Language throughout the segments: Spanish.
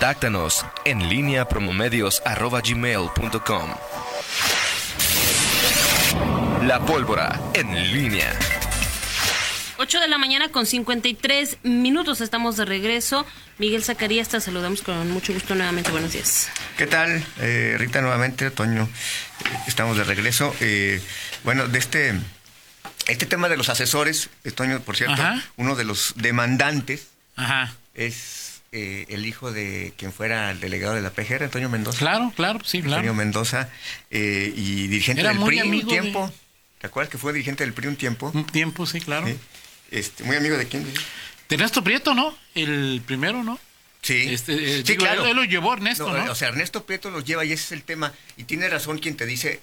Contáctanos en línea promomedios.com. La pólvora en línea. 8 de la mañana con 53 minutos estamos de regreso. Miguel Zacarías, te saludamos con mucho gusto nuevamente. Buenos días. ¿Qué tal, eh, Rita? Nuevamente, Toño. Estamos de regreso. Eh, bueno, de este, este tema de los asesores, eh, Toño, por cierto, Ajá. uno de los demandantes Ajá. es eh, el hijo de quien fuera el delegado de la PGR, Antonio Mendoza. Claro, claro, sí, Antonio claro. Mendoza eh, y dirigente Era del muy PRI un amigo de- tiempo. ¿Te acuerdas que fue dirigente del PRI un tiempo? Un tiempo, sí, claro. Sí. Este, muy amigo de quién? dices? De Ernesto Prieto, ¿no? El primero, ¿no? Sí, Este, eh, digo, él- él lo llevó Ernesto, ¿no? eh, O sea, Ernesto Prieto los lleva y ese es el tema. Y tiene razón quien te dice,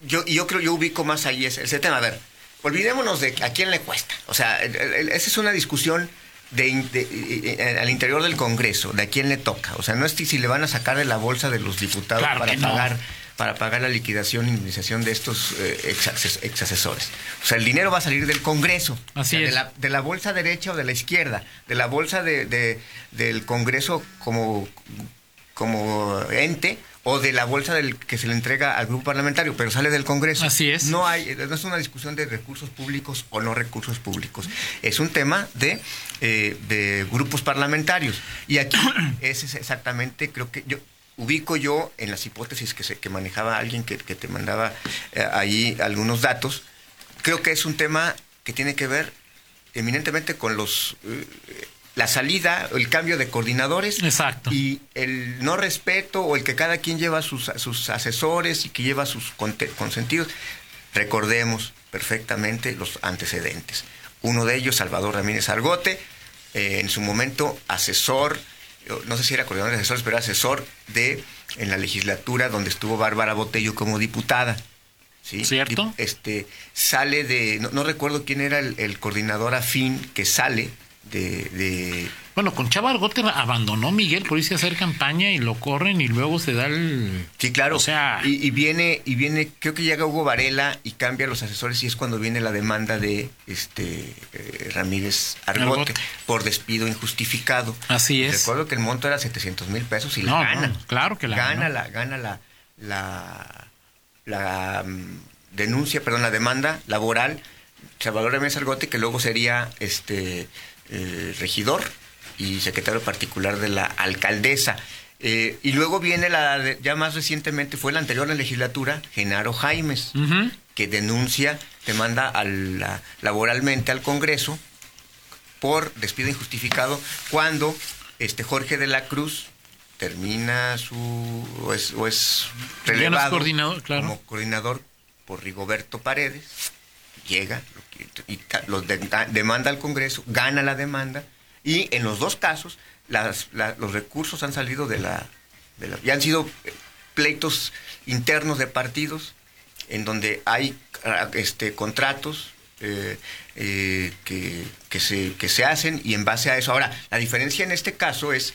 yo, y yo creo yo ubico más ahí ese, ese tema. A ver, olvidémonos de a quién le cuesta. O sea, el- el- esa es una discusión de, in- de- eh, eh, al interior del Congreso, de a quién le toca. O sea, no es que si le van a sacar de la bolsa de los diputados Claro para que no. pagar para pagar la liquidación y indemnización de estos eh, ex- ases- ex asesores. O sea, el dinero va a salir del Congreso. Así O sea, de es. la- de la bolsa derecha o de la izquierda, de la bolsa de, de- del Congreso como, como ente o de la bolsa del que se le entrega al grupo parlamentario, pero sale del Congreso. Así es. No hay, no es una discusión de recursos públicos o no recursos públicos. Es un tema de, eh, de grupos parlamentarios. Y aquí ese es exactamente, creo que yo ubico yo en las hipótesis que, se, que manejaba alguien que, que te mandaba eh, ahí algunos datos. Creo que es un tema que tiene que ver eminentemente con los eh, la salida, el cambio de coordinadores Exacto. y el no respeto o el que cada quien lleva sus, sus asesores y que lleva sus conte- consentidos. Recordemos perfectamente los antecedentes. Uno de ellos, Salvador Ramírez Argote, eh, en su momento asesor, eh, no sé si era coordinador de asesores, pero era asesor de en la legislatura donde estuvo Bárbara Botello como diputada. ¿sí? ¿Cierto? Este, sale de, no, no recuerdo quién era el, el coordinador afín que sale de, de Bueno, con Chava Argote abandonó Miguel por irse a hacer campaña y lo corren y luego se da el... Sí, claro. O sea, y, y viene, y viene, creo que llega Hugo Varela y cambia los asesores y es cuando viene la demanda de este eh, Ramírez Argote Argote. por despido injustificado. Así es. Recuerdo que el monto era 700 mil pesos y No, la gana. no, claro que la gana. ganó. la, gana la, la, la, mm, denuncia, perdón, la demanda laboral. Salvador Ramírez Argote, que luego sería este eh, regidor y secretario particular de la alcaldesa. Eh, y luego viene la, de- ya más recientemente, fue la anterior a la legislatura, Genaro Jaimes Ujú. que denuncia, demanda al, la- laboralmente al Congreso por despido injustificado cuando este Jorge de la Cruz termina su o es, o es Ya no es relevado coordinador, claro. como coordinador por Rigoberto Paredes llega lo que- y ca- lo de- da- demanda al Congreso gana la demanda y en los dos casos las- la- los recursos han salido de la, de la- ya han sido eh, pleitos internos de partidos en donde hay ah, este, contratos eh, eh, que, que se, que se hacen y en base a eso. Ahora, la diferencia en este caso es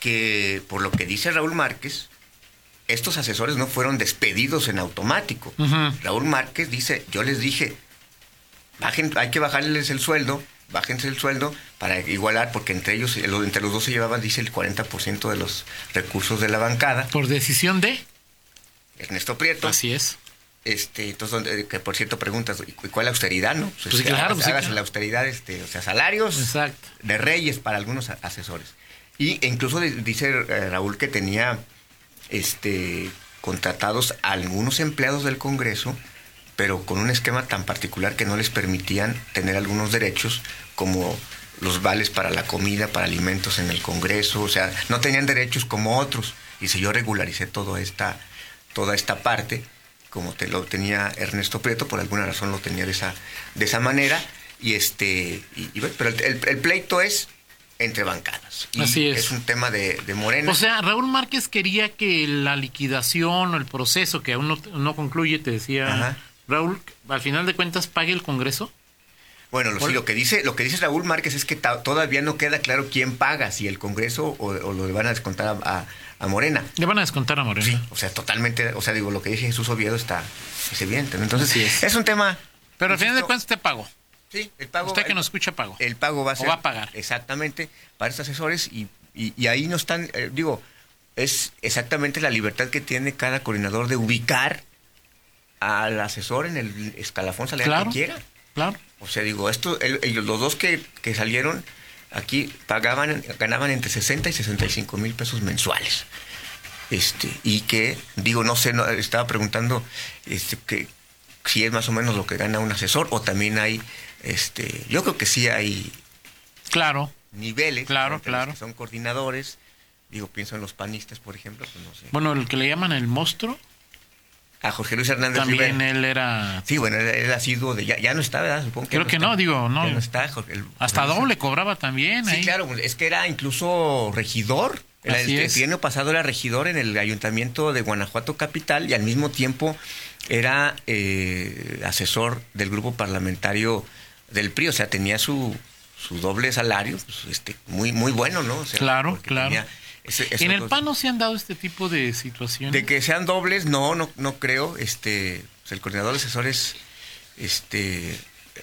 que, por lo que dice Raúl Márquez, estos asesores no fueron despedidos en automático. Ujú. Raúl Márquez dice, yo les dije, bajen, hay que bajarles el sueldo, bájense el sueldo para igualar, porque entre ellos, lo- entre los dos se llevaban, dice, el 40% de los recursos de la bancada. por decisión de... Ernesto Prieto. Así es. Este, entonces, donde- que por cierto preguntas, ¿y cu- cuál austeridad, no? Pues, Pues sí, claro, hagas- pues sí, hagas claro. la austeridad, este, o sea, salarios Exacto. de reyes para algunos a- asesores. Y e incluso de- dice eh, Raúl que tenía este contratados a algunos empleados del Congreso, pero con un esquema tan particular que no les permitían tener algunos derechos como los vales para la comida, para alimentos en el Congreso, o sea, no tenían derechos como otros. Y si yo regularicé toda esta, toda esta parte, como te lo tenía Ernesto Prieto, por alguna razón lo tenía de esa, de esa manera, y este, y- y bueno, pero el, el- el pleito es entre bancadas. Y Así es. Pues Es un tema de, de Morena. O sea, Raúl Márquez quería que la liquidación o el proceso que aún no, no concluye, te decía Ajá. Raúl, al final de cuentas pague el Congreso. Bueno, lo, sí, Por- lo que dice, lo que dice Raúl Márquez es que ta- todavía no queda claro quién paga, si el Congreso o, o lo van a descontar a, a- a Morena. Le van a descontar a Moreno. Sí, o sea, totalmente, o sea, digo, lo que dice Jesús Oviedo está es evidente. ¿no? Entonces, Así es. es. un tema. Pero al final de insisto, cuentas te pago. sí, el pago Usted que el- nos escucha pago. El pago va a O ser va a pagar. exactamente para estos asesores y Y, y ahí no están, eh, digo, es exactamente la libertad que tiene cada coordinador de ubicar al asesor en el escalafón salarial Claro. que quiera. Claro. O sea, digo, esto, el- el- los dos que, que salieron aquí pagaban, ganaban entre 60 y 65 mil pesos mensuales. Este, y que, digo, no sé, no, estaba preguntando este, que si es más o menos lo que gana un asesor, o también hay, este, yo creo que sí hay Claro. niveles, Claro, entre los claro. que son coordinadores, digo, pienso en los panistas, por ejemplo, pues no sé. Bueno, el que le llaman el monstruo, A Jorge Luis Hernández también Rivera. él era. Sí, bueno, él, él ha sido de, ya, ya no está, ¿verdad? Supongo Creo ya que está. no, digo, no. Ya está, Jorge- el- Hasta Jorge Luis doble cobraba también Sí, ahí. claro, pues, es que era incluso regidor. Era Así el que es. el año pasado era regidor en el ayuntamiento de Guanajuato Capital y al mismo tiempo era eh, asesor del grupo parlamentario del PRI. O sea, tenía su, su doble salario, pues, este, muy, muy bueno, ¿no? O sea, Claro, porque claro. tenía ese- ese En el otro- PAN no se han dado este tipo de situaciones. de que sean dobles, no, no, no creo. Este, pues, el coordinador de asesores, este,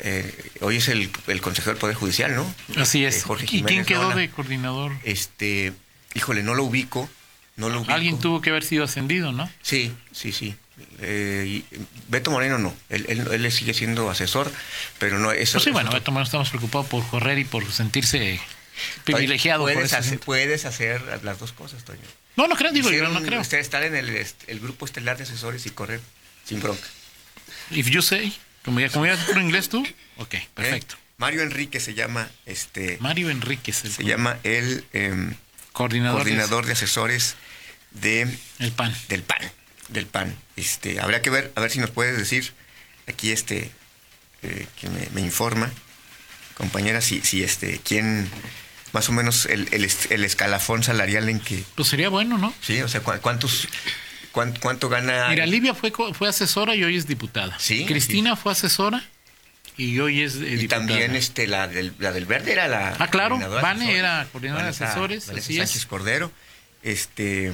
eh, hoy es el, el consejero del Poder Judicial, ¿no? Así Eh, es. Jorge ¿Y quién Jiménez quedó Lona. de coordinador? Este, híjole, no lo ubico, no lo ubico. Alguien tuvo que haber sido ascendido, ¿no? Pues Sí, sí, sí. Eh, y Beto Moreno no, él, él, él sigue siendo asesor, pero no eso. Pues sí, bueno, eso- Beto Moreno estamos preocupados por correr y por sentirse privilegiado. por Puedes ese hacer, asunto. puedes hacer las dos cosas, Toño. No, no creo, digo, yo Hicieron no creo. usted Estar en el, est- el grupo estelar de asesores y correr sin bronca. ¿eh? If you say, como ya, como ya puro inglés tú, ok, ¿eh? perfecto. Mario Enrique se llama, este, Mario Enríquez, el se llama el em, coordinador, del- coordinador de asesores de el PAN. del pan, del pan. Este, habrá que ver, a ver si nos puedes decir aquí este eh, que me, me informa, compañera, si, si este, quién, más o menos el, el, es- el escalafón salarial en que, Pues sería bueno, ¿no? sí, o sea, cua- cuántos, cuán- cuánto gana. Mira, Livia fue, co- fue asesora y hoy es diputada. Sí, Cristina fue asesora y hoy es eh, y diputada. también este, la del, la del verde era la. Ah, claro, coordinadora de Vane asesores. era coordinadora de Vanessa- asesores, Vanessa así es. Sánchez Cordero, este,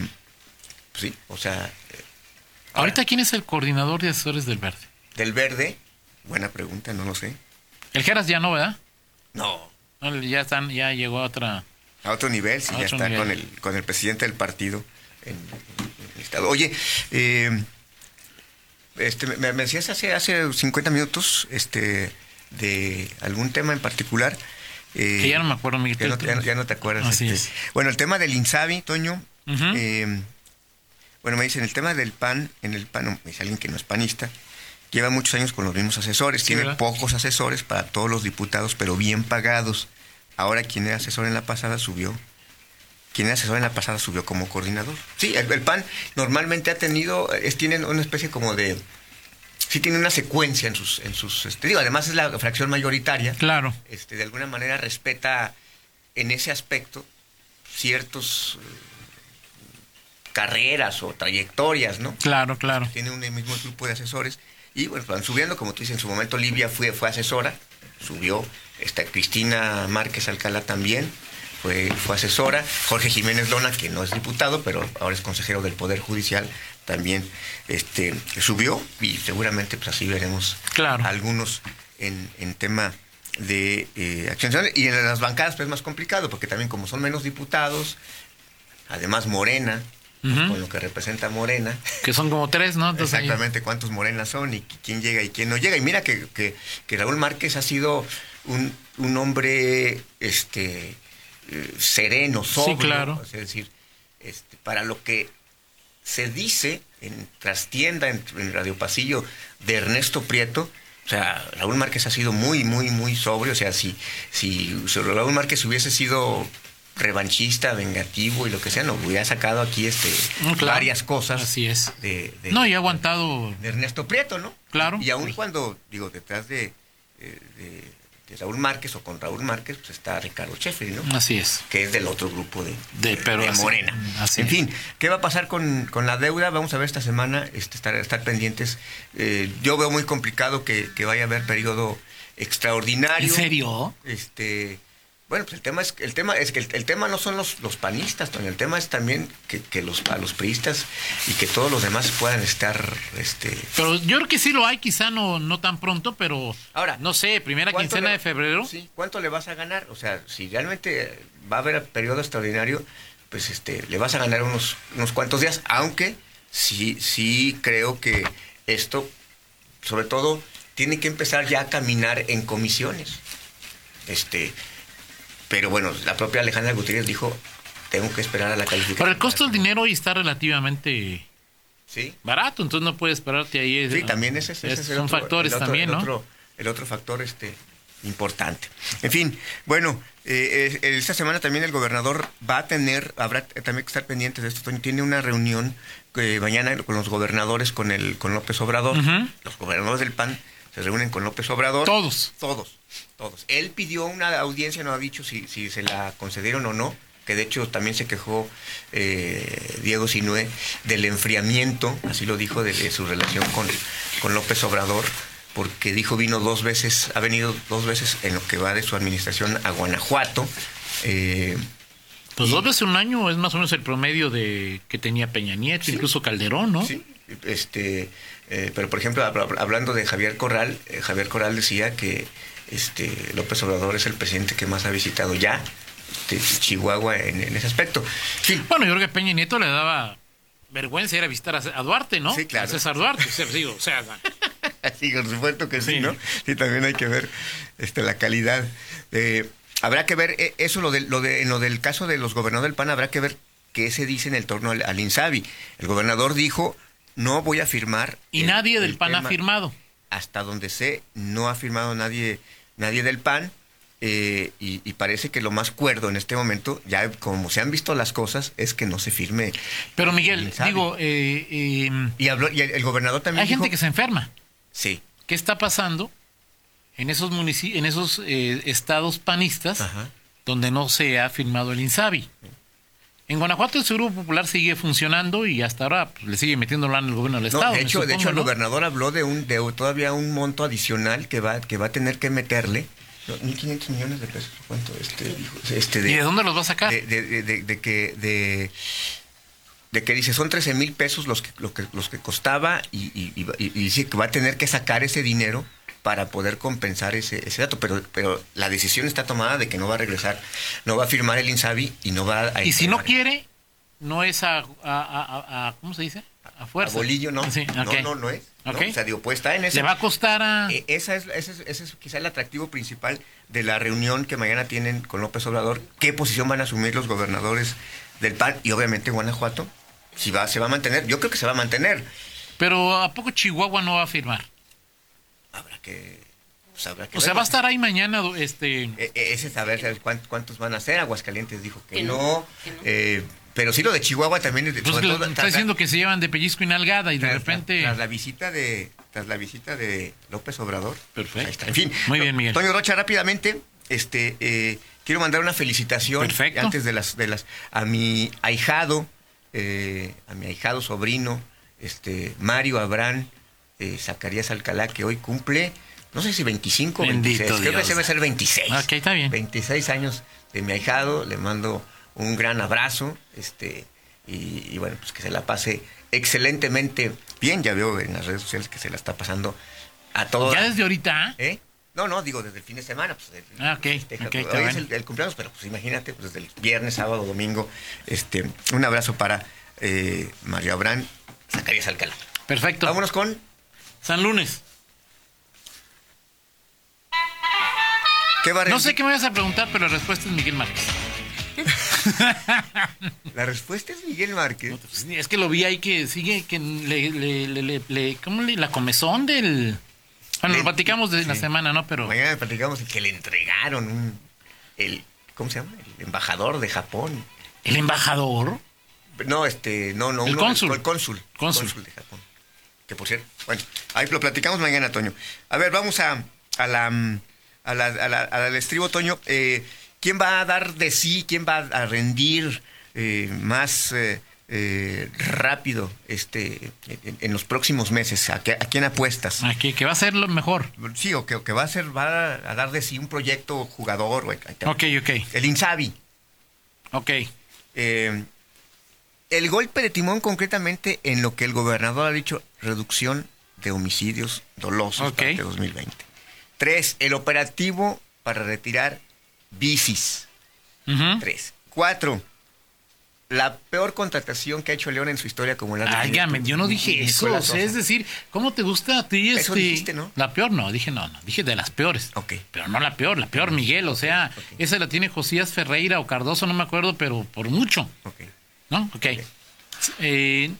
pues sí, o sea, eh, Ahorita, ¿quién es el coordinador de asesores del Verde? del verde, buena pregunta, no lo sé. El Geras ya no, ¿verdad? No, No, Ya, están, ya llegó a otra... A otro nivel, si A ya otro está nivel. con el con el presidente del partido en, en el estado. Oye, eh, este, me, me decías hace hace 50 minutos este de algún tema en particular. eh, Que ya no me acuerdo, Miguel. Ya no, ya no- ya no te acuerdas. Así este. es. Bueno, el tema del Insabi, Toño. Ujú. eh, bueno, me dicen, el tema del PAN, en el PAN, me dice alguien que no es panista, lleva muchos años con los mismos asesores, tiene ¿verdad? pocos asesores para todos los diputados, pero bien pagados. Ahora quien era asesor en la pasada subió. Quien era asesor en la pasada subió como coordinador. Sí, el, el PAN normalmente ha tenido, es, tienen una especie como de... Sí tiene una secuencia en sus... En sus este, digo, además es la fracción mayoritaria Claro. este, de alguna manera respeta en ese aspecto ciertos eh, carreras o trayectorias, ¿no? Claro, claro. Tiene un mismo grupo de asesores y bueno, van subiendo, como tú dices, en su momento Livia fue, fue asesora, subió, está Cristina Márquez Alcalá también. Fue, fue asesora, Jorge Jiménez Lona, que no es diputado, pero ahora es consejero del Poder Judicial, también este, subió y seguramente pues así veremos Claro. algunos en, en tema de eh, acción Nacional. Y en las bancadas pues, es más complicado, porque también como son menos diputados, además Morena, pues, Ujú. con lo que representa Morena, Que son como tres, ¿no? Entonces, ahí- exactamente cuántos morenas son y qu- quién llega y quién no llega. Y mira que, que- que Raúl Márquez ha sido un, un hombre este eh, sereno, sobrio, claro. es decir, este, para lo que se dice en trastienda, en, en Radio Pasillo, de Ernesto Prieto. O sea, Raúl Márquez ha sido muy, muy, muy sobrio. O sea, si, si Raúl Márquez hubiese sido revanchista, vengativo y lo que sea, no hubiera sacado aquí este Mm, claro. varias cosas. Así es. De, de- No, y ha aguantado de Ernesto Prieto, ¿no? Claro. Y aún Sí. cuando, digo, detrás de, eh, de, de Raúl Márquez o con Raúl Márquez, pues está Ricardo Sheffield, ¿no? Así es. Que es del otro grupo de, Ah. De- pero así- Morena. así en es. fin, ¿qué va a pasar con, con la deuda? Vamos a ver esta semana, este, estar, estar pendientes. Eh, yo veo muy complicado que, que vaya a haber periodo extraordinario. ¿En serio? Este, Bueno, pues el tema es, el tema es que el, el tema no son los, los panistas, Toño, el tema es también que, que los, a los priistas y que todos los demás puedan estar, este, Pero yo creo que sí lo hay, quizá no, no tan pronto, pero Ahora, no sé, primera ¿Cuánto quincena le- de febrero. Sí, ¿cuánto le vas a ganar? O sea, si realmente va a haber periodo extraordinario, pues este, le vas a ganar unos, unos cuantos días, aunque sí, sí creo que esto, sobre todo, tiene que empezar ya a caminar en comisiones. Este, pero bueno, la propia Alejandra Gutiérrez dijo, tengo que esperar a la calificación. Pero el costo del dinero hoy está relativamente Sí, barato, entonces no puedes esperarte ahí. eh, es- Sí, también ese, ese es el son otro- factores el otro- también, el ¿no? Otro, el otro factor este, importante. En fin, bueno, eh, eh, esta semana también el gobernador va a tener, habrá también que estar pendientes de esto, Toño, tiene una reunión eh, mañana con los gobernadores, con, el, con López Obrador. Ujú. Los gobernadores del PAN se reúnen con López Obrador. Todos. Todos, todos. Él pidió una audiencia, no ha dicho si, si se la concedieron o no, que de hecho también se quejó eh, Diego Sinue del enfriamiento, así lo dijo, de, de su relación con, con López Obrador, porque dijo vino dos veces, ha venido dos veces en lo que va de su administración a Guanajuato. eh, Pues dos veces un año es más o menos el promedio de que tenía Peña Nieto, incluso Calderón, ¿no? Sí, este, eh, pero por ejemplo, hab- hablando de Javier Corral, eh, Javier Corral decía que este, López Obrador es el presidente que más ha visitado ya este, Chihuahua en, en ese aspecto. Sí, Bueno, yo creo que Peña Nieto le daba vergüenza ir a visitar a C- a Duarte, ¿no? Sí, claro. A César Duarte, o sea, pues, digo, o sea, sí, por supuesto que sí, Sí. ¿no? Sí, también hay que ver este, la calidad. Eh, habrá que ver eh, eso, lo del- lo de, en lo del caso de los gobernadores del PAN, habrá que ver qué se dice en el torno al, al Insabi. El gobernador dijo, no voy a firmar. y el- nadie el del PAN ha tema". firmado. hasta donde sé, no ha firmado nadie, nadie del PAN. eh, y, y parece que lo más cuerdo en este momento, ya como se han visto las cosas, es que no se firme. Pero Miguel, Insabi. digo, eh, eh, Y habló, y el, el gobernador también. hay gente que se enferma. Sí. ¿Qué está pasando en esos municipios, en esos eh, estados panistas Ajá. donde no se ha firmado el INSABI? En Guanajuato el Seguro Popular sigue funcionando y hasta ahora pues, le sigue metiendo lana el gobierno del No, estado. de me hecho, de supongo, hecho el ¿no? gobernador habló de un de todavía un monto adicional que va que va a tener que meterle. No, 1.500 millones de pesos, ¿cuánto? Este, dijo? este ¿Y de dónde los va a sacar? de, de- de- de- de que de, de que dice son 13 mil pesos los que, lo que- los que costaba y, y- y va- y- y dice que va a tener que sacar ese dinero para poder compensar ese, ese dato, pero, pero la decisión está tomada de que no va a regresar, no va a firmar el Insabi y no va a... y si no a- quiere, no es a, a- a- a- ¿cómo se dice? A a fuerza. bolillo, no. Sí, ok. No, no, no es. ¿no? Ok. O sea, digo, pues está en ese... Le va a costar a... Eh, esa es, ese, es, ese es quizá el atractivo principal de la reunión que mañana tienen con López Obrador. ¿Qué posición van a asumir los gobernadores del PAN y obviamente Guanajuato? Si va, se va a mantener, yo creo que se va a mantener. Pero ¿a poco Chihuahua no va a firmar? Habrá que, pues habrá que O sea, ver. va a estar ahí mañana do- este... Eh, eh, ese saber saber cuán- cuántos van a ser. Aguascalientes dijo que, Que no. no, que no. eh, pero sí lo de Chihuahua también. es de- Pues sobre que- todo está tras la- diciendo que se llevan de pellizco y nalgada y de tras la- repente... tras la visita de tras la visita de López Obrador. Perfecto. Ahí está. En fin. Muy bien, Miguel. Toño Rocha, rápidamente, este, eh, quiero mandar una felicitación Perfecto. antes de las, de las, a mi ahijado, eh, a mi ahijado sobrino, este, Mario Abrán, eh, Zacarías Alcalá, que hoy cumple, no sé si 25 o Bendito 26, creo que Dios. debe ser 26. Ok, está bien. 26 años de mi ahijado, le mando un gran abrazo, este, y, y bueno, pues que se la pase excelentemente bien, ya veo en las redes sociales que se la está pasando a todos. Ya desde ahorita, ¿eh? ¿Eh? No, no, digo desde el fin de semana. Pues, el- Ah, ok, el festeja- ok, está Hoy es bien. el, el cumpleaños, pero pues imagínate, pues desde el viernes, sábado, domingo. Este, un abrazo para eh, Mario Abrán, Zacarías Alcalá. perfecto. Vámonos con. San Lunes. ¿Qué va a No sé rendir? qué me vas a preguntar, pero la respuesta es Miguel Márquez. La respuesta es Miguel Márquez. Pues, Es que lo vi ahí que sigue, que le, le, le, le- le- ¿cómo le- la comezón del... Bueno, Del- lo platicamos de la sí. semana, ¿no? Pero... Mañana platicamos el que le entregaron un. El, ¿Cómo se llama? El embajador de Japón. El embajador. No, este, no, no. El uno- cónsul. El cónsul. Cónsul. de Japón. Que por cierto, bueno, ahí lo platicamos mañana, Toño. A ver, vamos a, a la, mm, a la, a la- al estribo, Toño. Eh, ¿Quién va a dar de sí? ¿Quién va a rendir eh, más eh, eh, rápido este, en, en los próximos meses? ¿A, qué- a quién apuestas? Aquí, que va a ser lo mejor. Sí, o que, o que va a ser, va a dar de sí un proyecto jugador. güey. Ok, ok, El Insabi. ok. Eh, el golpe de timón concretamente en lo que el gobernador ha dicho, reducción de homicidios dolosos Ok. durante 2020. Tres, el operativo para retirar bicis. Ujú. Tres. Cuatro, la peor contratación que ha hecho León en su historia como la Ay, Ah, ya me- yo no dije eso. o sea, es decir, ¿cómo te gusta a ti Eso este? dijiste, ¿no? La peor, no, dije no, no, dije de las peores. Ok. Pero no la peor, la peor, Miguel. O sea, esa la tiene Josías Ferreira o Cardoso, no me acuerdo, pero por mucho, ¿no? Ok. Eh,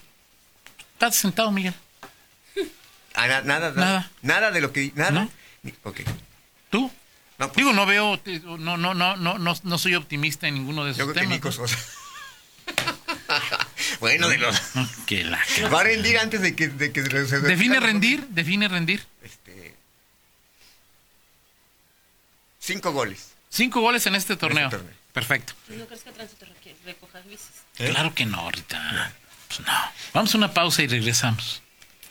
¿Estás sentado, Miguel? nada, Ah, nada, Nada. nada. de lo que... Nada. No. Ni- Ok. ¿Tú? No, pues, Digo, no veo, te- no, no, no, no, no, no soy optimista en ninguno de esos yo creo que temas. Nico ¿no? Sosa. bueno, de los... No, que la- Va a rendir antes de que, de que se- Este, se- Define rendir, define rendir. Este, cinco goles. Cinco goles en este torneo. torneo. Perfecto. ¿No crees que tránsito requiere- recoja bicis? ¿Eh? Claro que no, ahorita. Pues no. Vamos a una pausa y regresamos.